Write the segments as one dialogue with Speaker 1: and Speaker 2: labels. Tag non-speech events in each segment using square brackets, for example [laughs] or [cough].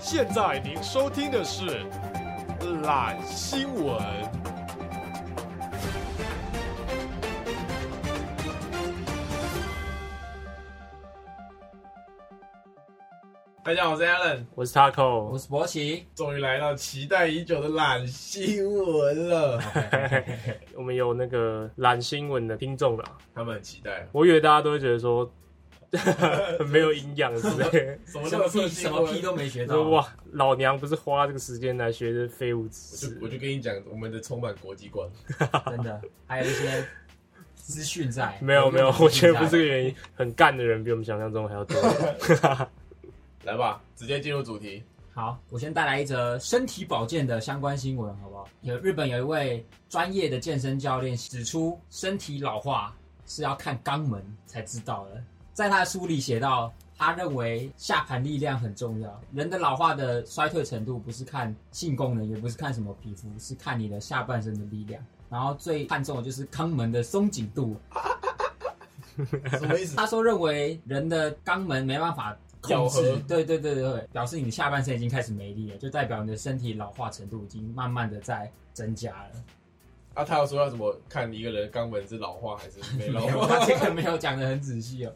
Speaker 1: 现在您收听的是懒新闻。大家好，我是 Alan，
Speaker 2: 我是 Taco，
Speaker 3: 我是博奇，
Speaker 1: 终于来到期待已久的懒新闻了。
Speaker 2: 我们有那个懒新闻的听众啦。
Speaker 1: 他们很期待，啊
Speaker 2: 我以为大家都会觉得说 [laughs] 很没有营养之类
Speaker 1: [laughs]
Speaker 2: 的，
Speaker 1: 什么都
Speaker 3: 什么
Speaker 1: 有
Speaker 3: 屁
Speaker 1: 色
Speaker 3: 什
Speaker 1: 新
Speaker 3: 么
Speaker 1: 闻
Speaker 3: 屁都没学到。
Speaker 2: 说哇，老娘不是花这个时间来学这废物知
Speaker 1: 我就
Speaker 2: 识
Speaker 1: 我，就跟你讲，我们的充满国际观。
Speaker 3: 真的，还有一些资讯在。
Speaker 2: [laughs] 没有没有，我觉得不是这个
Speaker 3: 原
Speaker 2: 原因。很干的人比我们想象中还要多。
Speaker 1: [laughs] 来吧，直接进入主题。
Speaker 3: 好，我先带来一则身体保健的相关新闻，好不好？有日本有一位专业的健身教练指出，身体老化是要看肛门才知道的。在他的书里写到，他认为下盘力量很重要。人的老化的衰退程度不是看性功能，也不是看什么皮肤，是看你的下半身的力量。然后最看重的就是肛门的松紧度，
Speaker 1: 什么意
Speaker 3: [laughs]
Speaker 1: 思？
Speaker 3: 他说认为人的肛门没办法控
Speaker 1: 咬
Speaker 3: 制
Speaker 1: 合，
Speaker 3: 对对对对对，表示你下半身已经开始没力了，就代表你的身体老化程度已经慢慢的在增加 [laughs] 了。
Speaker 1: 啊，他有说要怎么看一个人的肛门是老化还是没老
Speaker 3: 没有，
Speaker 1: 化？
Speaker 3: 他这个没有讲的很仔细哦，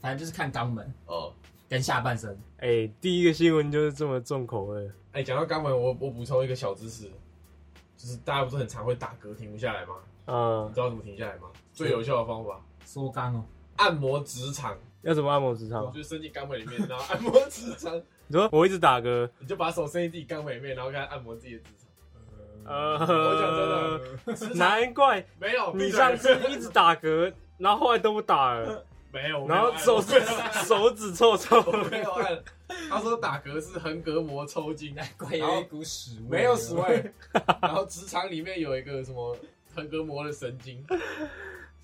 Speaker 3: 反正就是看肛门
Speaker 1: 哦，
Speaker 3: 跟下半身。
Speaker 2: 哎、第一个新闻就是这么重口味。
Speaker 1: 哎、讲到肛门，我我补充一个小知识，就是大家不是很常会打嗝停不下来吗？
Speaker 2: 嗯
Speaker 1: 你，知道怎么停下来吗？最有效的方法，
Speaker 3: 缩肛哦，
Speaker 1: 按摩直肠，
Speaker 2: 要怎么按摩直肠？
Speaker 1: 就是伸进肛门里面，然后按摩直肠， [laughs]
Speaker 2: 你说我一直打嗝，
Speaker 1: 你就把手伸进自己肛门里面，然后给它按摩自己的直肠。
Speaker 2: [laughs] 呃
Speaker 1: 我，讲真的，直肠
Speaker 2: 难怪
Speaker 1: 没有，
Speaker 2: 你
Speaker 1: 闭嘴
Speaker 2: 上次一直打嗝，然后后来都不打了，
Speaker 1: [laughs] 没 [laughs] 有，我没
Speaker 2: 然
Speaker 1: 有
Speaker 2: 后
Speaker 1: 按
Speaker 2: 手指 [laughs] 手指臭臭。
Speaker 1: [laughs] 我没有按，他说打嗝是横膈膜抽
Speaker 2: [laughs]
Speaker 1: 筋，
Speaker 3: 难怪有一股屎味，哦
Speaker 1: 没有屎味。然后直肠里面有一个什么横膈膜的神
Speaker 2: [laughs]
Speaker 1: 经，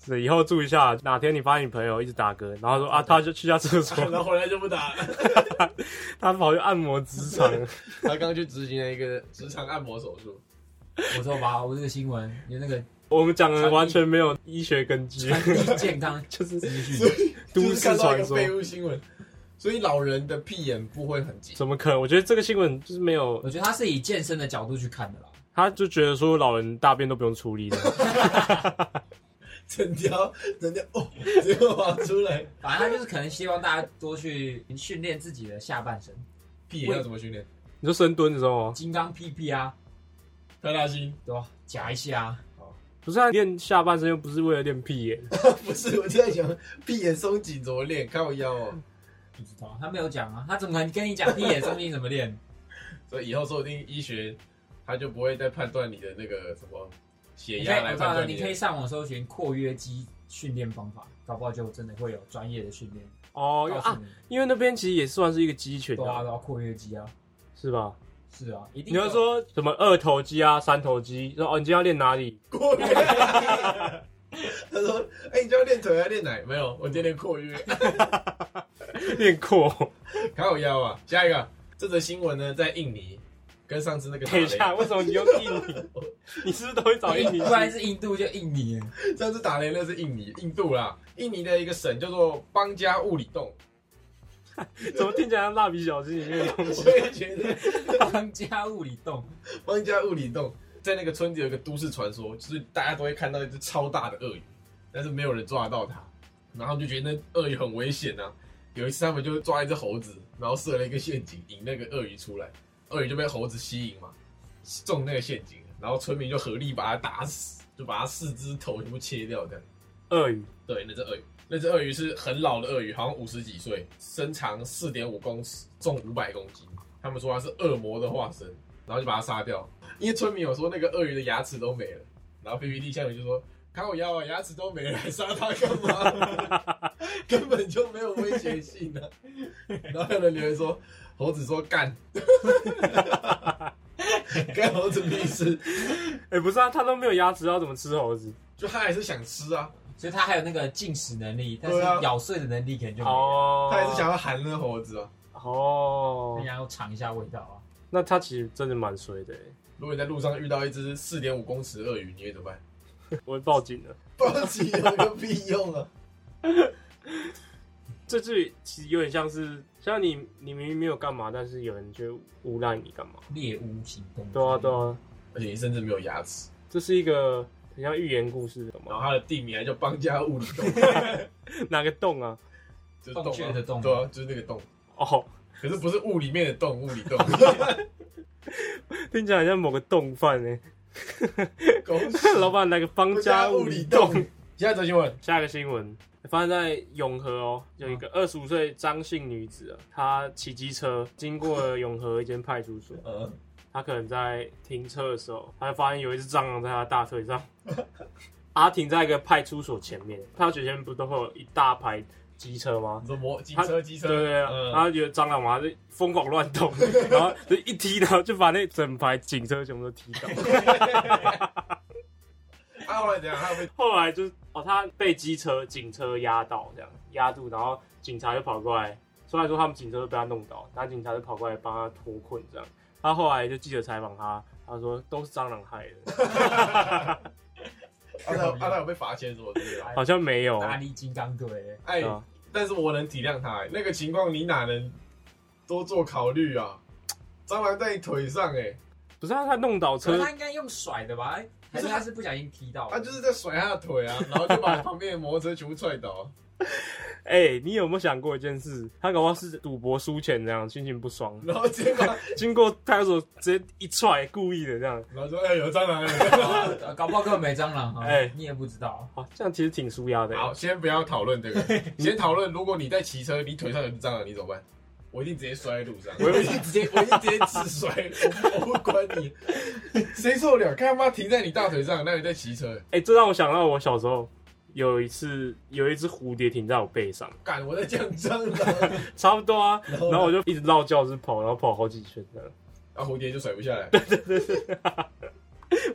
Speaker 2: 是，以后注意一下，哪天你发现你朋友一直打嗝，然后说啊，他就去下厕
Speaker 3: 啊
Speaker 2: 所，
Speaker 1: 然后回来就不打了。
Speaker 2: 他跑去按摩直肠，
Speaker 1: 他刚刚去执行了一个直肠按摩手术，
Speaker 3: 我说吧，我这个新闻有那个
Speaker 2: 我们讲的完全没有医学根据，
Speaker 3: 健康 [laughs]
Speaker 2: 就是
Speaker 3: 资讯，
Speaker 2: 都
Speaker 1: 就是看
Speaker 2: 市
Speaker 1: 到一
Speaker 2: 传
Speaker 1: 个
Speaker 2: 说，
Speaker 1: 废物新闻。所以老人的屁眼部会很紧，
Speaker 2: 怎么可能？我觉得这个新闻就是没有，
Speaker 3: 我觉得他是以健身的角度去看的啦。
Speaker 2: 他就觉得说老人大便都不用处理的，
Speaker 1: 整条整条哦，直接滑出来。
Speaker 3: 反正他就是可能希望大家多去训练自己的下半身，
Speaker 1: 屁眼要怎么训练？
Speaker 2: [laughs] 你说深蹲的时候哦吗，
Speaker 3: 金刚屁屁啊，
Speaker 1: 派大星
Speaker 3: [laughs] 对吧？夹一下，
Speaker 2: 不是啊练下半身又不是为了练屁眼，
Speaker 1: 不是，我就在想屁眼松紧怎么练，靠腰哦。
Speaker 3: 不知道他没有讲啊，他怎么可能跟你讲屁眼松紧怎么练？
Speaker 1: 所以以后说不定医学他就不会再判断你的那个什么血
Speaker 3: 你可
Speaker 1: 压
Speaker 3: 以，
Speaker 1: 来
Speaker 3: 我
Speaker 1: 判
Speaker 3: 告诉
Speaker 1: 断
Speaker 3: 你，
Speaker 1: 你
Speaker 3: 你可以
Speaker 1: 的。
Speaker 3: 上网搜寻括约肌训练方法，搞不好就真的会有专业的训练
Speaker 2: 哦，因为
Speaker 3: 告
Speaker 2: 啊
Speaker 3: 诉，你，
Speaker 2: 因为那边其实也算是一个肌群
Speaker 3: 对啊，
Speaker 2: 啊，
Speaker 3: 然后括约肌啊，
Speaker 2: 是吧？
Speaker 3: 是啊，一定
Speaker 2: 你要说什么二头肌啊、三头肌，说哦，你今天要练哪里？ [laughs]
Speaker 1: 括约， [laughs] 他说：“哎、你就要练腿还是练奶？没有，我今天练括约，
Speaker 2: 练阔。
Speaker 1: 靠腰啊。”下一个，这则新闻呢，在印尼，跟上次那个打
Speaker 2: 等一
Speaker 1: 雷，
Speaker 2: 下，为什么你用印尼？ [laughs] 你是不是都会找印尼
Speaker 3: [laughs] 不？然是印度就印尼，
Speaker 1: 上次打雷那是印尼，印度啦，印尼的一个省叫做邦加物理
Speaker 2: [laughs]
Speaker 1: 洞，
Speaker 2: 怎么听起来像蜡笔小新里面的东西？
Speaker 1: 我也觉得
Speaker 3: 当家物理动，
Speaker 1: [laughs] 邦加物理洞在那个村子有一个都市传说，就是大家都会看到一只超大的鳄鱼，但是没有人抓得到它，然后就觉得那鳄鱼很危险啊。有一次他们就抓一只猴子，然后设了一个陷阱，引那个鳄鱼出来，鳄鱼就被猴子吸引嘛，中那个陷阱，然后村民就合力把它打死，就把它四肢头全部切掉这样。
Speaker 2: 鳄鱼， [laughs]
Speaker 1: 对，那只鳄鱼，那只鳄鱼是很老的鳄鱼，好像五十几岁，身长四点五公尺，重五百公斤。他们说它是恶魔的化身，然后就把它杀掉。因为村民有说那个鳄鱼的牙齿都没了，然后 PPT 下面就说：“看我腰啊，牙齿都没了，还杀它干嘛？ [laughs] 根本就没有威胁性啊！”然后有人留言说：“猴子说干， [laughs] 干猴子屁事，
Speaker 2: 哎、不是啊，它都没有牙齿，要怎么吃猴子？
Speaker 1: 就他还是想吃啊，
Speaker 3: 所以他还有那个进食能力，但是
Speaker 1: 对啊
Speaker 3: 咬碎的能力可能就没有。
Speaker 2: 哦
Speaker 1: 他，还是想要含那猴子啊。”
Speaker 2: 哦
Speaker 3: 人，家要尝一下味道啊！
Speaker 2: 那它其实真的蛮衰的欸，
Speaker 1: 如果你在路上遇到一只四点五公尺鳄鱼，你会怎么办？ [laughs]
Speaker 2: 我会报警的。 [laughs]
Speaker 1: 报警有个屁用啊！
Speaker 2: 这句其实有点像是，像你你明明没有干嘛，但是有人就诬赖你干嘛？
Speaker 3: 猎巫行动。
Speaker 2: 对啊对。啊，
Speaker 1: 而且你甚至没有牙齿。
Speaker 2: 这是一个很像寓言故事，懂
Speaker 1: 然后
Speaker 2: 吗？
Speaker 1: 它的地名还叫邦加物理洞，
Speaker 2: [laughs] 哪个洞啊？
Speaker 1: 就是
Speaker 3: 洞穴
Speaker 1: 啊
Speaker 3: 的洞
Speaker 1: 对啊，就是那个洞。
Speaker 2: 哦，
Speaker 1: 可是不是雾里面的洞，雾里洞，
Speaker 2: 听起来很像某个洞饭呢。
Speaker 1: 狗
Speaker 2: [laughs] 老板来个
Speaker 1: [laughs]
Speaker 2: 方家物理洞。。
Speaker 1: 现在这新闻，
Speaker 2: 下一个新闻发生在永和哦，有
Speaker 1: 嗯
Speaker 2: 一个二十五岁张姓女子啊，她骑机车经过了永和一间派出所，
Speaker 1: 嗯，
Speaker 2: 她可能在停车的时候，她就发现有一只蟑螂在她的大腿上。
Speaker 1: [laughs]
Speaker 2: 她停在一个派出所前面，派出所前面不都会有一大排机车吗？
Speaker 1: 你说摩机车机车，
Speaker 2: 对对啊对，然
Speaker 1: 嗯，
Speaker 2: 后有蟑螂嘛，就疯狂乱动，然后就一踢，然后就把那整排警车全部都踢
Speaker 1: [laughs]
Speaker 2: 倒。
Speaker 1: 啊，后来怎样？他被
Speaker 2: 后来就是哦，他被机车、警车压到，这样压住，然后警察就跑过来。虽然说他们警车都被他弄倒，然后警察就跑过来帮他脱困，这样。他后来就记者采访他，他说都是蟑螂害的，
Speaker 1: 阿他阿他有被罚钱什么之类的吗。
Speaker 2: 好像没有。
Speaker 3: 大力金刚腿，
Speaker 1: 哎
Speaker 2: 对，啊
Speaker 1: 但是我能体谅他，哎那个情况你哪能多做考虑啊？蟑螂在你腿上，哎，
Speaker 2: 不是啊他弄倒
Speaker 3: 可是
Speaker 2: 车
Speaker 3: 他，应该用甩的吧？哎还是他是不小心踢到的？
Speaker 1: 他就是在甩他的腿啊，然后就把旁边的摩托车全部踹倒。
Speaker 2: 哎、你有没有想过一件事？他搞不好是赌博输钱这样，心情
Speaker 1: [laughs]
Speaker 2: 不爽，
Speaker 1: 然后结果，
Speaker 2: 经过派出所直接一踹，故意的这样。
Speaker 1: 然后说：“哎，有蟑螂！”有蟑螂
Speaker 3: 啊搞不好 [laughs] 根本没蟑螂哈，
Speaker 2: 哎
Speaker 3: 你也不知道。
Speaker 2: 好，这样其实挺舒压的。
Speaker 1: 好，先不要讨论这个，先讨论如果你在骑车，你腿上有只蟑螂，你怎么办？我一定直接摔在路上，我一定 [laughs] 直接，我一定直接直摔，我不我不管你，谁受得了？看他妈停在你大腿上，那你在骑车，
Speaker 2: 哎、这让我想到我小时候有一次，有一只蝴蝶停在我背上。
Speaker 1: 干我在讲蟑螂， [laughs]
Speaker 2: 差不多啊。
Speaker 1: 然
Speaker 2: 然
Speaker 1: 后
Speaker 2: 后
Speaker 1: 呢
Speaker 2: 我就一直绕教室跑，然后跑好几圈这样。 [laughs]
Speaker 1: 啊蝴蝶就甩不下来，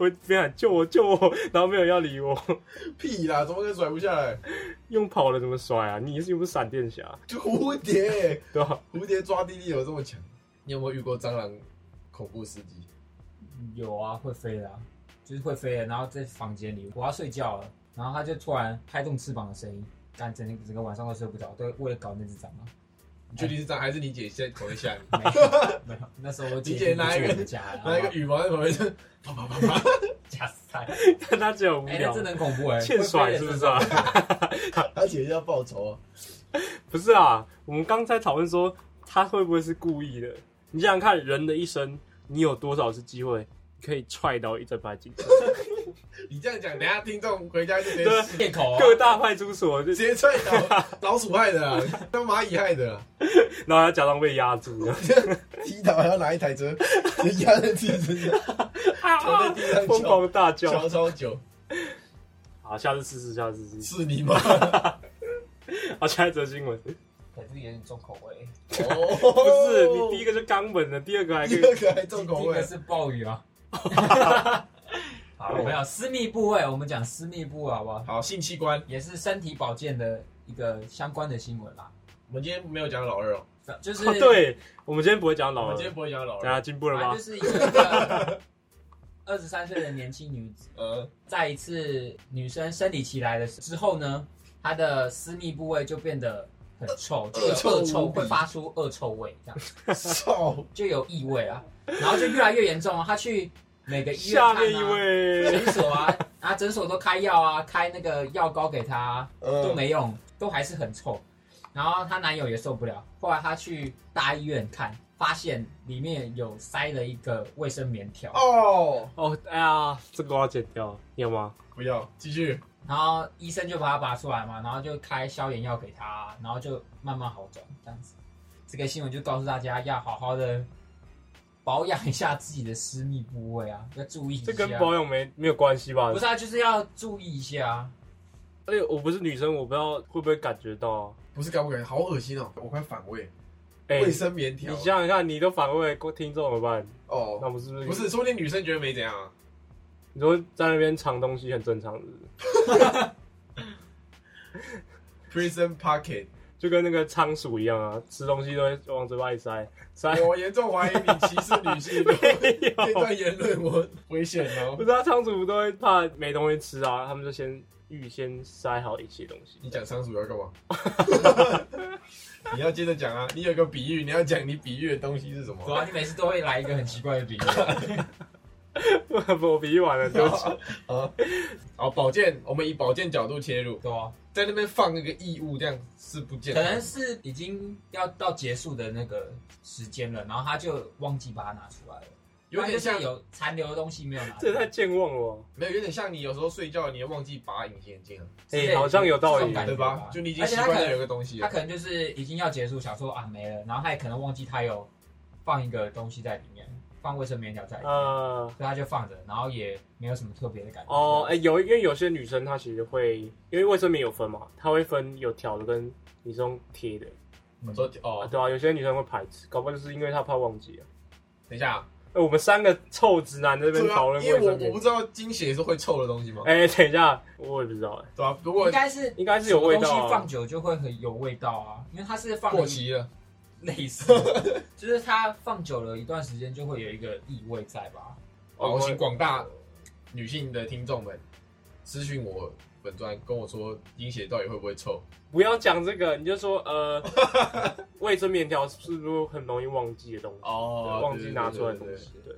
Speaker 2: 我边喊救我救我，然后没有人要理我。 [laughs]
Speaker 1: 屁啦，怎么可能甩不下来？
Speaker 2: 用跑的怎么甩啊？你是又不是闪电侠，
Speaker 1: 就蝴蝶，
Speaker 2: 对吧、 [laughs]
Speaker 1: 蝴蝶抓地力有这么强？你有没有遇过蟑螂恐怖司机？
Speaker 3: 有啊，会飞的啊、就是会飞的。然后在房间里，我要睡觉了，然后他就突然拍动翅膀的声音，干整整个晚上都睡不着，都为了搞那只蟑螂。
Speaker 1: 你确定是蟑螂，还是你姐现在头在下你？[laughs]
Speaker 3: 没有没
Speaker 2: [laughs]
Speaker 3: 有，那时候我
Speaker 1: 你姐
Speaker 3: 姐
Speaker 1: 拿一个
Speaker 3: 个家，
Speaker 1: 拿一个
Speaker 3: 然后
Speaker 1: 羽毛在旁边，就啪啪啪啪，
Speaker 3: 加塞，
Speaker 2: 但他只有无
Speaker 3: 哎、
Speaker 2: 聊
Speaker 3: 那，真的很恐怖哎、
Speaker 2: 欠甩是不是啊？
Speaker 1: 他姐是要报仇啊！
Speaker 2: [laughs] 不是啊，我们刚才讨论说他会不会是故意的？你想想看，人的一生，你有多少次机会可以踹到一整排警
Speaker 1: [laughs]
Speaker 2: 车？
Speaker 1: 你这样讲，等一下听众回家就直接 [laughs]
Speaker 2: 对
Speaker 3: 借口、
Speaker 1: 哦
Speaker 3: 啊，
Speaker 2: 各大派出所就
Speaker 1: 直，接踹倒老鼠害的、啊， [laughs] 跟蚂蚁害的、啊，
Speaker 2: 然后他假装被压住，
Speaker 3: [laughs]
Speaker 2: 这样
Speaker 1: [laughs] 踢倒还要拿一台车，直接压在自己身上，躺在
Speaker 2: 啊
Speaker 1: 地上
Speaker 2: 疯
Speaker 1: 敲
Speaker 2: 狂大叫。
Speaker 1: 敲超久，
Speaker 2: 好，下次试试，下次试试。
Speaker 1: 是你吗？
Speaker 2: 好，下一则新闻。
Speaker 3: 可是有点重口味。
Speaker 1: [laughs] 哦，
Speaker 2: 不是，你第一个就肛门的，第二个还可以
Speaker 1: 第二个还重口
Speaker 3: 第一个
Speaker 1: 味，
Speaker 3: 是暴雨
Speaker 2: [laughs]
Speaker 3: 啊。好，我们有私密部位，我们讲私密部位好不好？
Speaker 1: 好，性器官，
Speaker 3: 也是身体保健的一个相关的新闻啦，
Speaker 1: 我们今天没有讲老二哦，
Speaker 3: 就是、
Speaker 2: 哦， [laughs] 对，我们今天不会讲
Speaker 1: 我
Speaker 2: 老
Speaker 1: 们今天
Speaker 2: 人，
Speaker 1: 不会讲老
Speaker 2: 哦大
Speaker 1: 二
Speaker 2: 家，进步了
Speaker 3: 反正
Speaker 2: 吗
Speaker 3: 就？是一个二十三岁的年轻女子，
Speaker 1: 呃，
Speaker 3: 在一次女生生理期来的时之后呢，她的私密部位就变得很臭，就有
Speaker 1: 恶臭
Speaker 3: 恶
Speaker 1: 无
Speaker 3: 臭，
Speaker 1: 比
Speaker 3: 会发出恶臭味，这样
Speaker 1: 操，
Speaker 3: 就有异味啊，然后就越来越严重啊。她去每个医院
Speaker 2: 下
Speaker 3: 看
Speaker 2: 面一
Speaker 3: 啊，
Speaker 2: 位，
Speaker 3: 诊所啊，啊诊所都开药啊，开那个药膏给她啊、都
Speaker 2: 嗯
Speaker 1: 呃，
Speaker 3: 没用，都还是很臭。然后她男友也受不了，后来她去大医院看，发现里面有塞了一个卫生棉条，
Speaker 1: 哦，
Speaker 2: 哦，哎呀，这个我要剪掉，你有吗？
Speaker 1: 不要，继续，
Speaker 3: 然后医生就把它拔出来嘛，然后就开消炎药给她，然后就慢慢好转这样子。这个新闻就告诉大家要好好的保养一下自己的私密部位啊， [laughs] 要注意一下。
Speaker 2: 这跟保养没没有关系吧
Speaker 3: 不？是啊，就是要注意一下啊。
Speaker 2: 而且我不是女生，我不知道会不会感觉到啊。
Speaker 1: 不是敢不敢，好恶心哦，我快反胃，
Speaker 2: 哎，
Speaker 1: 卫
Speaker 2: 你
Speaker 1: 生棉条，
Speaker 2: 想想看，你都反胃，过听众怎么办？那
Speaker 1: 哦，
Speaker 2: 我们是不是？
Speaker 1: 不，是，说不定女生觉得没怎样啊，
Speaker 2: 你说在那边藏东西很正常，是不是
Speaker 1: prison pocket。
Speaker 2: 就跟那个仓鼠一样啊，吃东西都会往嘴巴里塞塞。
Speaker 1: 我严重怀疑你歧视女性。
Speaker 2: [laughs] 没
Speaker 1: 这
Speaker 2: [laughs] 有，
Speaker 1: 段言论我危险哦
Speaker 2: 不。是啊，仓鼠不都会怕没东西吃啊，他们就先预先塞好一些东西。
Speaker 1: 你讲仓鼠要干嘛？ [laughs] 你要接着讲啊，你有一个比喻，你要讲你比喻的东西是
Speaker 2: 哦
Speaker 1: 什
Speaker 3: 主
Speaker 1: 么？
Speaker 3: 要啊你每次都会来一个很奇怪的比喻。
Speaker 2: [laughs] 我比喻完了，对不起。
Speaker 1: 啊， [laughs] 好，保健，我们以保健角度切入，
Speaker 3: 对啊，
Speaker 1: 在那边放一个异物，这样是不健
Speaker 3: 可
Speaker 1: 康。
Speaker 3: 能是已经要到结束的那个时间了，然后他就忘记把它拿出来了，
Speaker 1: 有点
Speaker 3: 不然
Speaker 1: 像
Speaker 3: 就是，有残留的东西没有拿出
Speaker 2: 这也太
Speaker 3: 来。
Speaker 2: 健忘了哦。
Speaker 1: 没有，有点像你有时候睡觉，你也忘记拔隐形眼镜了，啊
Speaker 2: 哎、好像有道理
Speaker 3: 这种。感觉
Speaker 1: 对吧
Speaker 3: 吧？
Speaker 1: 就你已经
Speaker 3: 而且
Speaker 1: 习
Speaker 3: 他
Speaker 1: 惯
Speaker 3: 可
Speaker 1: 了
Speaker 3: 能
Speaker 1: 有一个东西
Speaker 3: 他
Speaker 1: 了。
Speaker 3: 可能就是已经要结束，想说啊没了，然后他也可能忘记他有放一个东西在里面，放卫生棉条在里面，
Speaker 2: 呃，
Speaker 3: 所以他就放着，然后也没有什么特别的感觉。
Speaker 2: 哦，哎、有，因为有些女生她其实会，因为卫生棉有分嘛，她会分有条的跟你是用贴的、
Speaker 3: 嗯
Speaker 1: 我说
Speaker 2: 啊。
Speaker 1: 哦，
Speaker 2: 对啊，有些女生会排斥，搞不好就是因为她怕忘记啊。
Speaker 1: 等一下啊，
Speaker 2: 哎、我们三个臭直男在这边
Speaker 1: 对
Speaker 2: 讨
Speaker 1: 啊，
Speaker 2: 论
Speaker 1: 因为我
Speaker 2: 卫生
Speaker 1: 我
Speaker 2: 棉
Speaker 1: 不。知道精血是会臭的东西吗？
Speaker 2: 哎、等一下，我也不知道、哎，
Speaker 1: 对吧？如果
Speaker 3: 应该是
Speaker 2: 应该是有味
Speaker 3: 什
Speaker 2: 道、
Speaker 3: 么东西
Speaker 2: 啊
Speaker 3: 放。久就会很有味道啊，因为它是放
Speaker 1: 过期了，
Speaker 3: 类似，就是它放久了一段时间就会有一个异味在吧？
Speaker 2: 哦
Speaker 1: 好，请广大女性的听众们私讯我本专，跟我说精血到底会不会臭？
Speaker 2: 不要讲这个，你就说呃， [laughs] 卫生棉条是不是很容易忘记的东西？
Speaker 1: 哦
Speaker 2: 对忘记拿出来的东西。对，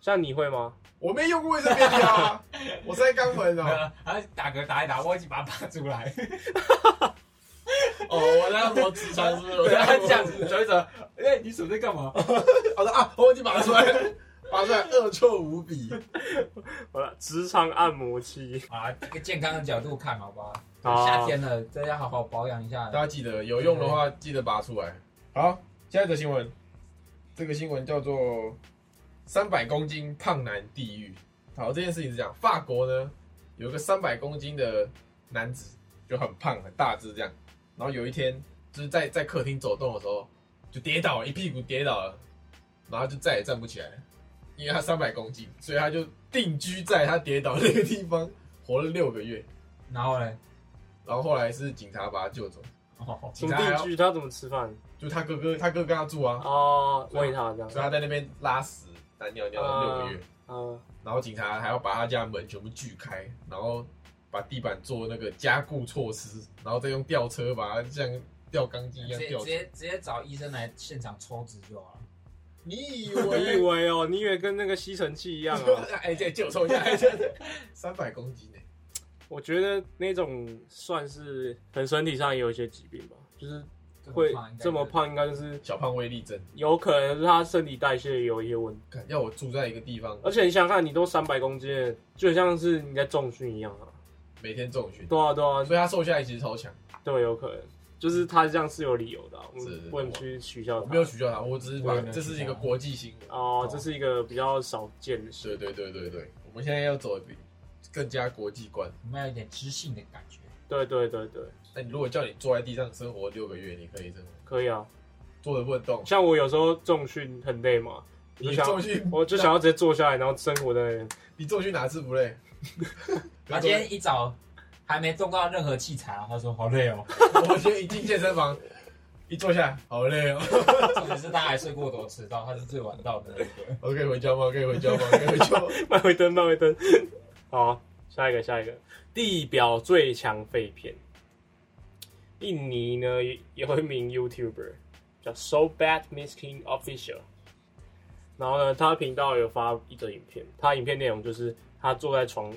Speaker 2: 像你会吗？
Speaker 1: 我没用过卫生棉条啊， [laughs] 我是在肛门
Speaker 3: 没有
Speaker 1: 啊。
Speaker 3: 啊，然后打嗝打一打，忘记把它拔出 [laughs] 来，
Speaker 1: 哦，我那我直肠是不是？我
Speaker 3: 对啊，
Speaker 1: 在
Speaker 3: 这样子走一走，哎，你手在干嘛？
Speaker 1: 好的啊，我已经拔出来了，拔出来恶臭无比。
Speaker 2: 好了，职场按摩 [laughs] 器
Speaker 3: 啊，这个健康的角度看，好吧？
Speaker 2: 啊
Speaker 3: 夏天了，大家好好保养一下
Speaker 1: 大。家记得有用的话，记得拔出来。好，下一则新闻，这个新闻叫做“三百公斤胖男地狱”。好，这件事情是这样：法国呢有一个三百公斤的男子，就很胖很大只这样。然后有一天就是在在客厅走动的时候就跌倒了，一屁股跌倒了，然后就再也站不起来了，因为他三百公斤，所以他就定居在他跌倒的那个地方，活了六个月。
Speaker 3: 然后呢？
Speaker 1: 然后后来是警察把他救走，
Speaker 3: 哦，
Speaker 2: 什
Speaker 1: 警
Speaker 2: 么
Speaker 1: 察还
Speaker 2: 地
Speaker 1: 要
Speaker 2: 区？他怎么吃饭？
Speaker 1: 就他哥哥，他哥跟他住啊，
Speaker 2: 哦，喂他这样。
Speaker 1: 所以他在那边拉屎、拉尿尿了六个月，
Speaker 2: 嗯，
Speaker 1: 然后警察还要把他家门全部锯开，然后把地板做那个加固措施，然后再用吊车把它像吊钢筋一
Speaker 3: 直
Speaker 1: 样
Speaker 3: 接
Speaker 1: 吊
Speaker 3: 直
Speaker 1: 起来。
Speaker 3: 接直接找医生来现场抽脂就好了。
Speaker 1: 你以
Speaker 2: 你以
Speaker 1: 为？
Speaker 2: 为哦？你以为跟那个吸尘器一样 [laughs] 啊？
Speaker 1: [laughs] 哎，这借我抽一下，哎，这三百公斤呢？
Speaker 2: 我觉得那种算是可能身体上也有一些疾病吧，就是
Speaker 3: 这么
Speaker 2: 会
Speaker 3: 胖应该
Speaker 2: 这么胖，应该就是
Speaker 1: 小胖威力真，
Speaker 2: 有可能是他身体代谢有一些问题。
Speaker 1: 干要我住在一个地方，
Speaker 2: 而且你想想看，你都三百公斤了，就很像是你在重训一样啊。
Speaker 1: 每天重训，
Speaker 2: 对啊，对啊，
Speaker 1: 所以他瘦下来其实超强。
Speaker 2: 对，啊有可能，就是他这样是有理由的啊、我
Speaker 1: 是
Speaker 2: 们不能去取消
Speaker 1: 我
Speaker 2: 他。
Speaker 1: 没有取消他，我只是
Speaker 3: 我
Speaker 1: 把
Speaker 3: 也没有
Speaker 1: 这是一个国际新闻。
Speaker 2: 哦，这是一个比较少见的事。
Speaker 1: 对对对对对，我们现在要走比更加国际观。
Speaker 3: 我们要有点知性的感觉。
Speaker 2: 对对对对，
Speaker 1: 那你如果叫你坐在地上生活六个月，你可以生活
Speaker 2: 可以啊。
Speaker 1: 坐着不能动，
Speaker 2: 像我有时候重训很累嘛，我就
Speaker 1: 你
Speaker 2: 想
Speaker 1: 重训，
Speaker 2: 我就想要直接坐下来，然后生活在那边。
Speaker 1: [laughs] 你重训哪次不
Speaker 2: [laughs]
Speaker 1: 累？
Speaker 3: 他今天一早还没动到任何器材啊，他说好累哦，
Speaker 1: [laughs] 我今天一进健身房，一坐下来好累哦， [laughs]
Speaker 3: 重点是他还睡过头迟到，他是最晚到的那一个。
Speaker 1: 我可以回家吗？可以回家吗？可以回
Speaker 2: [laughs]
Speaker 1: 家吗？
Speaker 2: 慢回灯，慢回灯。 [laughs] 好，下一个，下一个，地表最强废片。印尼呢有一名 YouTuber 叫 So Bad Miskin Official，然后呢，他频道有发一则影片，他影片内容就是他坐在床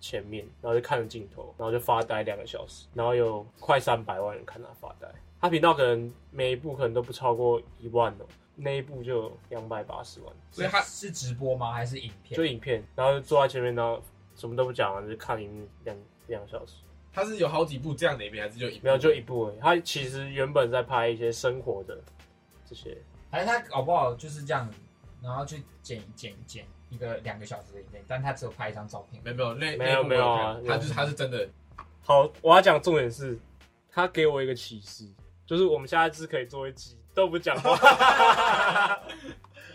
Speaker 2: 前面，然后就看着镜头，然后就发呆两个小时，然后有快三百万人看他发呆。他频道可能每一部可能都不超过一万哦，那一部就两百八十万。
Speaker 1: 所以他
Speaker 3: 是直播吗？还是影片
Speaker 2: 就？影片，然后就坐在前面，然后什么都不讲啊，就是看影两两个小时，
Speaker 1: 他是有好几部这样的影片，还是就一部
Speaker 2: 没有就一部而已。他其实原本在拍一些生活的这些，
Speaker 3: 还是他搞不好就是这样，然后去剪剪剪一个两个小时的影片，但他只有拍一张照片。
Speaker 1: 没有没有那
Speaker 2: 没有
Speaker 1: 那一部
Speaker 2: 没有啊
Speaker 1: 我看
Speaker 2: 没有
Speaker 1: 他就是他是真的，
Speaker 2: 好，我要讲重点是，他给我一个启示，就是我们下一次可以做一集都不讲话， [laughs]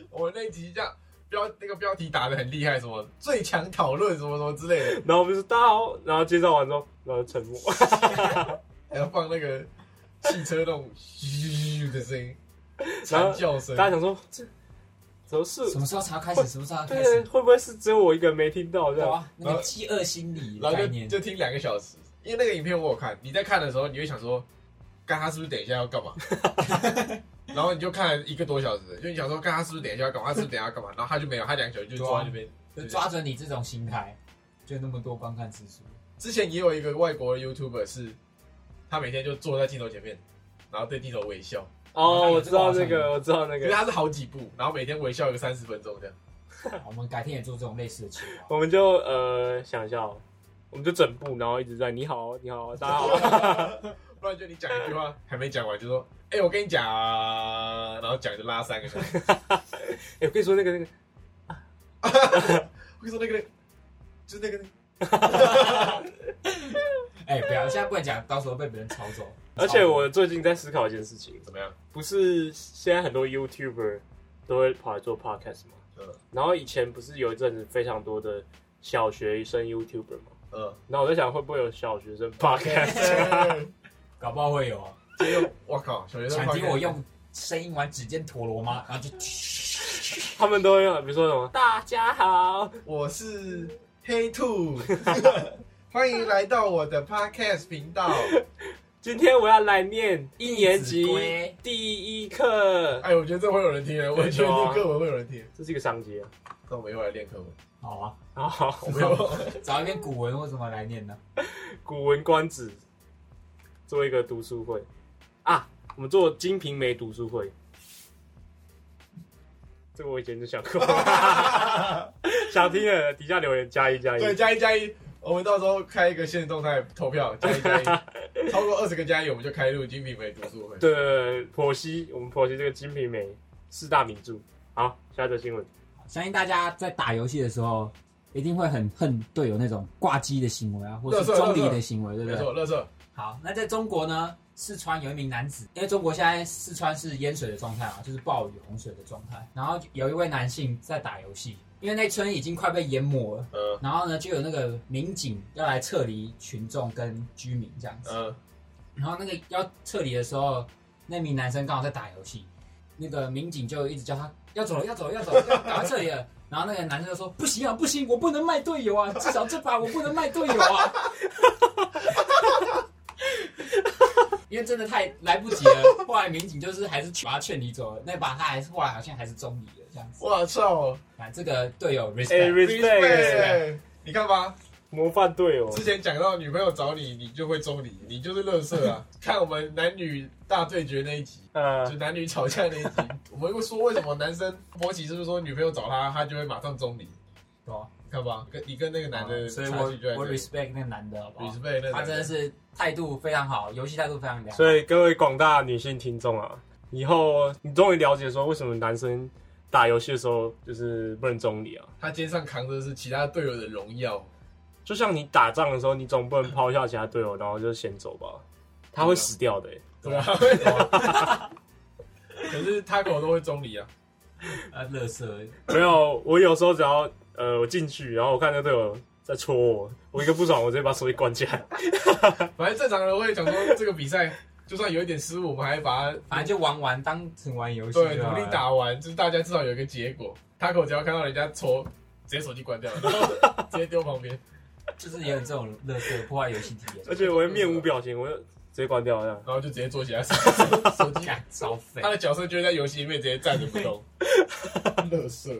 Speaker 1: 我那集这样。标那个标题打的很厉害，什么最强讨论什么什么之类
Speaker 2: [laughs]
Speaker 1: 的，
Speaker 2: 然后我们就说大家好，然后介绍完之后，然后就沉默。
Speaker 1: 还要放那个汽车那种嘘的声音，
Speaker 2: 然
Speaker 1: 惨
Speaker 2: 后
Speaker 1: 叫声。
Speaker 2: 大家想说这怎么是
Speaker 3: 什么时候才要开始？什么时候要开
Speaker 2: 对
Speaker 3: 始？
Speaker 2: 会不会是只有我一个没听到这
Speaker 3: 对
Speaker 2: 样？
Speaker 3: 啊，那个饥饿心理
Speaker 1: 然后
Speaker 3: 概
Speaker 1: 就
Speaker 3: 念，
Speaker 1: 就听两个小时，因为那个影片我有看，你在看的时候，你会想说，干他是不是等一下要 [laughs] 干嘛？然后你就看了一个多小时，就你想说干他是不是等一下要干嘛？他是不是等一下要干嘛？然后他就没有，他两个小时就坐在那边。
Speaker 3: 就抓准你这种心态，就那么多观看次数。
Speaker 1: 之前也有一个外国的 YouTuber 是，他每天就坐在镜头前面，然后对镜头微笑，
Speaker 2: 哦，我知道那个，我知道那
Speaker 1: 可是
Speaker 2: 个，
Speaker 1: 他是好几步，然后每天微笑个三十分钟这样。
Speaker 3: 我们改天也做这种类似的企
Speaker 2: [laughs]
Speaker 3: 划。
Speaker 2: 我们就呃想一下哦，我们就整部，然后一直在你好，你好，大家好，
Speaker 1: 不然就你讲一句话还没讲完，就说：“哎、我跟你讲啊。”然后讲就拉三个小时。
Speaker 2: 哎，我跟你说那个那个，
Speaker 1: [laughs] 我跟你说那个，就是那个，
Speaker 3: 哎、不要，现在不能讲，到时候被别人抄走。
Speaker 2: 而且我最近在思考一件事情，
Speaker 1: 怎么样？
Speaker 2: 不是现在很多 YouTuber 都会跑来做 podcast 吗？
Speaker 1: 嗯
Speaker 2: 然后以前不是有一阵子非常多的小学生 YouTuber 吗？
Speaker 1: [laughs] 嗯，
Speaker 2: 然后我在想会不会有小学 [laughs] 生 podcast？
Speaker 3: [laughs] 搞不好会有啊，
Speaker 1: 这又我靠，小学生
Speaker 3: 抢劫我用声音玩指尖陀螺吗？然后就
Speaker 2: 他们都会有比如说什么大家好，
Speaker 1: 我是黑兔， [laughs] 欢迎来到我的 podcast 频道。
Speaker 2: 今天我要来念一年级
Speaker 3: 弟子规
Speaker 2: 第一课，
Speaker 1: 哎，我觉得这会有人听
Speaker 3: 啊
Speaker 1: 的，我觉得这课文会有人听。
Speaker 2: 这是一个商机啊。
Speaker 1: 那我们又来练课
Speaker 3: [laughs]
Speaker 1: 文。
Speaker 3: 好啊，
Speaker 2: 然后
Speaker 1: 我没有，
Speaker 3: 找一篇古文或什么来念呢？
Speaker 2: 古文观止，做一个读书会啊，我们做《金瓶梅》读书会。这个我以前就想过， [laughs] 想听的底下留言加一加一。
Speaker 1: 对，加一加一，我们到时候开一个现实动态投票，加一加
Speaker 3: [laughs]
Speaker 1: 一，超过二十个加一，我们就开录精品美读书会。
Speaker 2: 对，剖析我们剖析这个《金瓶梅》四大名著。好，下一则新闻。
Speaker 3: 相信大家在打游戏的时候，一定会很恨队友那种挂机的行为啊，或是
Speaker 1: 对对
Speaker 3: 中离
Speaker 1: 对
Speaker 3: 的行为，对不
Speaker 1: 没
Speaker 3: 对？
Speaker 1: 错，乐色，
Speaker 3: 好，那在中国呢，四川有一名男子，因为中国现在四川是淹水的状态啊，就是暴雨洪水的状态。然后有一位男性在打游戏，因为那村已经快被淹没了，
Speaker 1: 嗯
Speaker 3: 然后呢就有那个民警要来撤离群众跟居民这样子。
Speaker 1: 嗯
Speaker 3: 然后那个要撤离的时候，那名男生刚好在打游戏，那个民警就一直叫他要走了，要走了，要走了，要赶快撤离了。然后那个男生就说：“不行啊，不行，我不能卖队友啊，至少这把我不能卖队友啊。” [laughs] 因为真的太来不及了，后来民警就是还是把他劝离走了，那把他还是后来好像还是中离了这样子。
Speaker 1: 我操
Speaker 3: 啊，这个队友
Speaker 2: 哎
Speaker 3: respect，、哦
Speaker 2: ，respect，
Speaker 1: ，respect 你看吧，
Speaker 2: 模范队友。
Speaker 1: 之前讲到女朋友找你，你就会中你，你就是乐色
Speaker 3: [laughs]
Speaker 1: 啊！看我们男女大对决那一集，
Speaker 3: 啊
Speaker 2: 呃
Speaker 1: 就，男女吵架那一集，我们会说为什么男生摩奇是不是说女朋友找他，他就会马上中你？
Speaker 3: 对吧？
Speaker 1: 你看吧，跟你跟那个男的
Speaker 3: 啊所以
Speaker 1: 差
Speaker 3: 我
Speaker 1: 距就在
Speaker 3: 我
Speaker 1: 这里。
Speaker 3: respect 那个男的，好不好？
Speaker 1: respect 那个
Speaker 3: 他
Speaker 1: 男
Speaker 3: 真的
Speaker 1: 的，
Speaker 3: 是态度非常好，游戏态度非常良好。
Speaker 2: 所以各位广大女性听众啊，以后你终于了解说为什么男生打游戏的时候就是不能中你啊。
Speaker 1: 他肩上扛着是其他队友的荣耀。
Speaker 2: 就像你打仗的时候，你总不能抛下其他队友，然后就先走吧，他会死掉的、欸。
Speaker 1: 对
Speaker 3: [laughs]
Speaker 1: 啊， [laughs] 可是他狗都会中你啊，
Speaker 3: 啊，乐色，
Speaker 2: 欸没有，我有时候只要呃我进去，然后我看那队友在戳我，我一个不爽，我直接把手机关起 [laughs] 来。
Speaker 1: 反正正常人会想说这个比赛就算有一点失误，我们还把它
Speaker 3: 反正就玩玩当成玩游戏， [laughs] 啊
Speaker 1: 对努力。打完，就是大家至少有一个结果。他狗只要看到人家抽，直接手机关掉，然后直接丢旁边，
Speaker 3: 就是也有这种乐色破坏游戏体验，
Speaker 2: 而且我会面无表情，我就直接关掉这样。
Speaker 1: 然后就直接坐起来手手手机。
Speaker 3: 干超废
Speaker 1: 他。的角色就会在游戏里面直接站着不
Speaker 2: [laughs]
Speaker 1: 动，乐色。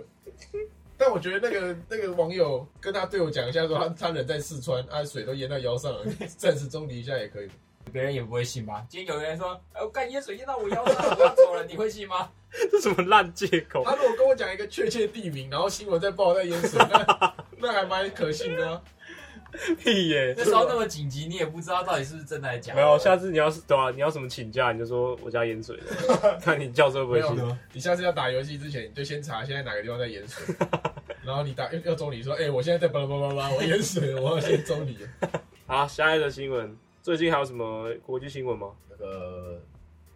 Speaker 1: 但我觉得那个那个网友跟他队友讲一下说他他人在四川，啊水都淹到腰上了， [laughs] 暂时中离一下也可以。
Speaker 3: 别人也不会信吧？今天有人说，哎，我干淹水淹到我腰上了，我要走了，你会信吗？
Speaker 2: [laughs] 这什么烂借口？
Speaker 1: 他如果跟我讲一个确切地名，然后新闻在报在淹水，那 [laughs] 那还蛮可信的、啊。
Speaker 2: 屁耶、
Speaker 3: 那时候那么紧急，你也不知道到底是不是真的还是假的。
Speaker 2: 没有，下次你要是对啊，你要什么请假，你就说我家淹水 [laughs] 了，看你教授会不会
Speaker 1: 没
Speaker 2: 信。
Speaker 1: 有你下次要打游戏之前，你就先查现在哪个地方在淹水，然后你打要中你说，哎、我现在在巴拉巴拉巴
Speaker 2: [laughs]
Speaker 1: 拉，我淹水了，我要先中你。
Speaker 2: 好，下一则新闻，最近还有什么国际新闻吗？
Speaker 1: 那个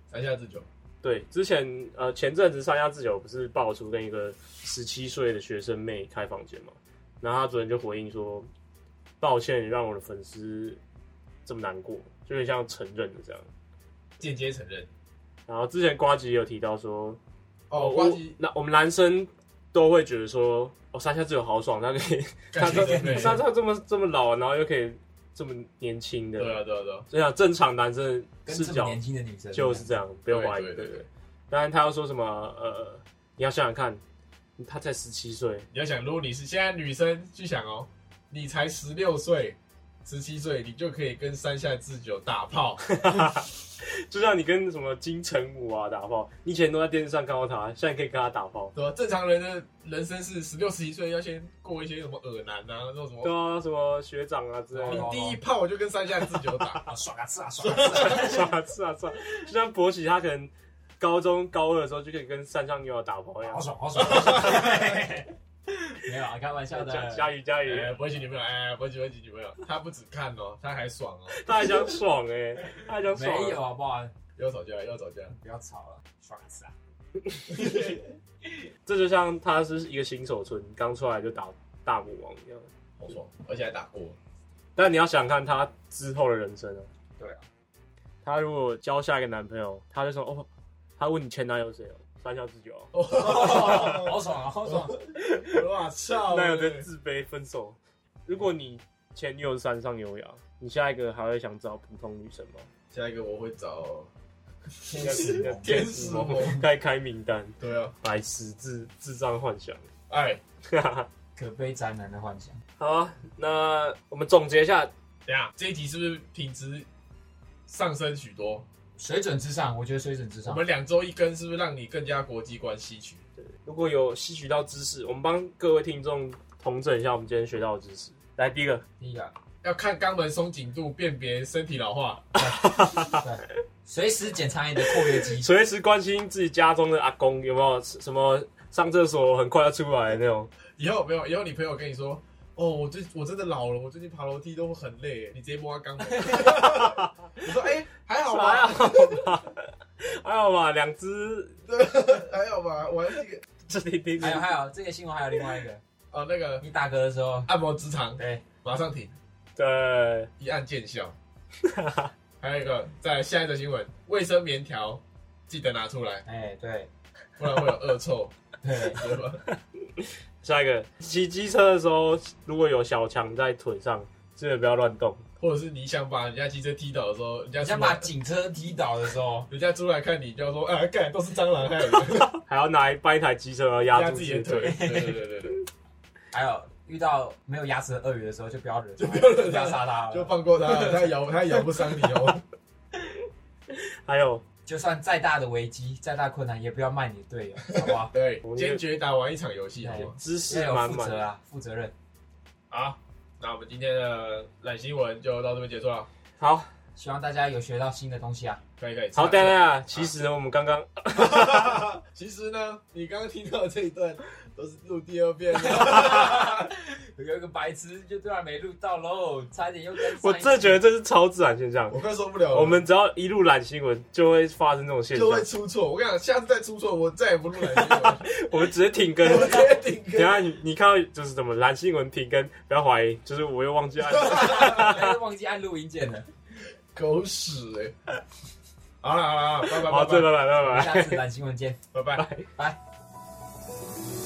Speaker 1: 三下智久，
Speaker 2: 对，之前呃前阵子三家自久不是爆出跟一个十七岁的学生妹开房间嘛，然后他昨天就回应说，抱歉让我的粉丝这么难过，就有点像承认的这样。
Speaker 1: 间接承认。
Speaker 2: 然后之前瓜吉也有提到说，
Speaker 1: 哦，
Speaker 2: 我
Speaker 1: 瓜吉，
Speaker 2: 那我们男生都会觉得说，哦三下自由好爽，他可以他
Speaker 1: 感
Speaker 2: 都
Speaker 1: 觉怎么样
Speaker 2: 他他这么这么老，然后又可以这么年轻的，
Speaker 1: 对啊，对啊，对啊，
Speaker 2: 就想正常男生的
Speaker 3: 跟
Speaker 2: 视
Speaker 3: 这么
Speaker 2: 角
Speaker 3: 年轻的女生
Speaker 2: 就是这样，不
Speaker 1: 不
Speaker 2: 要怀疑。
Speaker 1: 对对对。
Speaker 2: 当然他又说什么呃，你要想想看，他才十七岁， [laughs]
Speaker 1: 你要想，如果你是现在女生去想哦，你才十六岁、十七岁，你就可以跟山下智久打炮，
Speaker 2: 就像你跟什么金城武啊打炮，你以前都在电视上看过他，现在可以跟他打炮。
Speaker 1: 对吧？正常人的人生是十六、十七岁要先过一些什么耳男啊，那种什
Speaker 2: 对
Speaker 1: 么。
Speaker 2: 啊，什么学长啊之类
Speaker 1: 你
Speaker 3: 哦
Speaker 2: 的，
Speaker 1: 第一炮我就跟山下智久打， [laughs]
Speaker 3: 啊，爽啊，吃啊，爽啊，
Speaker 2: 啥
Speaker 3: 吃啊
Speaker 2: [laughs] 是啊是啊，就像博喜他可能高中高二的时候就可以跟山上女友打炮一样
Speaker 3: 好。爽，好爽，好爽。没有啊，开玩笑的。
Speaker 2: 加加鱼加鱼，
Speaker 1: 哎，不会娶女朋友，哎，不会娶，不会娶女朋友。他不只看哦，他还爽哦，
Speaker 2: 他还想爽哎、他还想爽、
Speaker 3: 没有，好不好？
Speaker 1: 又吵架，又吵架。
Speaker 3: 不要吵了，爽啊，吃啊。
Speaker 2: 这就像他是一个新手村，刚出来就打大魔王一样。
Speaker 1: 好爽，而且还打过。
Speaker 2: 但你要想看他之后的人生啊。
Speaker 3: 对啊，
Speaker 2: 他如果交下一个男朋友，他就说哦，他问你前男友谁哦，三小之九哦，
Speaker 3: 好爽啊，好爽！
Speaker 1: 哇操！欸
Speaker 2: 那有的自卑分手。如果你前女友是山上优雅，你下一个还会想找普通女生吗？
Speaker 1: 下一个我会找
Speaker 3: 天使萌
Speaker 1: 天使萌
Speaker 2: 该开名单，
Speaker 1: 对啊，
Speaker 2: 白痴智智障幻想。
Speaker 1: 哎，
Speaker 3: 可悲宅男的幻想。
Speaker 2: [laughs] 好啊、那我们总结一下，
Speaker 1: 等一下这一集是不是品质上升许多？
Speaker 3: 水准之上，我觉得水准之
Speaker 1: 我
Speaker 3: 上。
Speaker 1: 们两周一根是不是让你更加国际观吸取？
Speaker 2: 如果有吸取到知识，我们帮各位听众统整一下我们今天学到的知识。来，第一个，
Speaker 3: 第一个，
Speaker 1: 要看肛门松紧度，辨别身体老化。
Speaker 3: 对，随时检查你的括约
Speaker 2: [laughs]
Speaker 3: 肌。
Speaker 2: 随时关心自己家中的阿公有没有什么上厕所很快要出来的那种。
Speaker 1: 以后没有，以后你朋友跟你说，哦，我最我真的老了，我最近爬楼梯都很累，你直接摸他肛门。你说，哎、
Speaker 2: [laughs]
Speaker 1: 还好
Speaker 2: 还
Speaker 1: 吧，
Speaker 2: 好吧，还好吧，两只
Speaker 1: [laughs] 还好吧，我还是一个
Speaker 2: 这里听
Speaker 1: 哎
Speaker 3: 还有还有，这个新闻还有另外一个，
Speaker 1: 哦，那个
Speaker 3: 你打嗝的时候，
Speaker 1: 按摩直肠
Speaker 3: 对，
Speaker 1: 马上停，
Speaker 2: 对，
Speaker 1: 一按见效。还有一个，在下一则新闻，卫生棉条记得拿出来，
Speaker 3: 哎，对，
Speaker 1: 不然会有恶臭，
Speaker 3: 对，
Speaker 1: [laughs] 对吧？
Speaker 2: 下一个骑机车的时候，如果有小强在腿上，真的不要乱动。
Speaker 1: 或者是你想把人家机车踢倒的时候，人家
Speaker 3: 你
Speaker 1: 出
Speaker 3: 想把
Speaker 1: 来，
Speaker 3: 警车踢倒的时候，
Speaker 1: 人家出来看你，就要说，啊，干都是蟑螂害的，
Speaker 2: 还要拿一搬一台机车压
Speaker 1: 压
Speaker 2: 住
Speaker 1: 自己
Speaker 2: 的
Speaker 1: 的腿
Speaker 2: 腿。。
Speaker 1: 对对对对对，
Speaker 3: 还有遇到没有牙齿的鳄鱼的时候，就不要惹它，就
Speaker 1: 不要惹它
Speaker 3: 不要杀它了，
Speaker 1: 就
Speaker 3: 就
Speaker 1: 放过他，他咬他咬不伤你哦。？
Speaker 2: 还有，
Speaker 3: 算再大的危机、再大困难，也不要卖你的队友，好不好
Speaker 1: [laughs]
Speaker 3: 哎
Speaker 1: 对
Speaker 2: 我，们就
Speaker 1: 坚决打完一场游戏，好吗？
Speaker 2: 知
Speaker 3: 是
Speaker 2: 识
Speaker 3: 有
Speaker 1: 哎
Speaker 2: 满
Speaker 3: 负
Speaker 2: 满
Speaker 3: 责。啊，负责任。
Speaker 1: 好，那我们今天的懒新闻就到这边结束了。
Speaker 2: 好，
Speaker 3: 希望大家有学到新的东西啊！
Speaker 1: 可以可以，
Speaker 2: 好，
Speaker 1: 的
Speaker 2: 等一。下，其实呢我们刚刚
Speaker 1: 其实呢，你刚刚听到的这一段都是录第二遍的，
Speaker 3: 有一个白痴就突然没录到喽，差点又跟上一集
Speaker 2: 我真的觉得这是超自然现象。
Speaker 1: 我快受不了了。
Speaker 2: 我们只要一路懒新闻，就会发生这种现象
Speaker 1: 就。会出错。我跟你讲，下次再出错，我再也不录懒新闻了，
Speaker 2: 我们直接停更。
Speaker 1: 我
Speaker 2: 等
Speaker 1: 直接顶
Speaker 2: 一
Speaker 1: 哥。
Speaker 2: 下你你看到就是怎么蓝新闻停更，不要怀疑，就是我又忘记
Speaker 1: [laughs]
Speaker 2: 按。
Speaker 3: 还是哎忘记按录音键了。
Speaker 1: 狗屎哎、欸！好了好了，好了拜拜
Speaker 2: 好，
Speaker 1: 拜
Speaker 2: 这
Speaker 1: 拜
Speaker 2: 拜拜拜拜。
Speaker 3: 下次蓝新闻见。
Speaker 1: 拜拜。
Speaker 3: 拜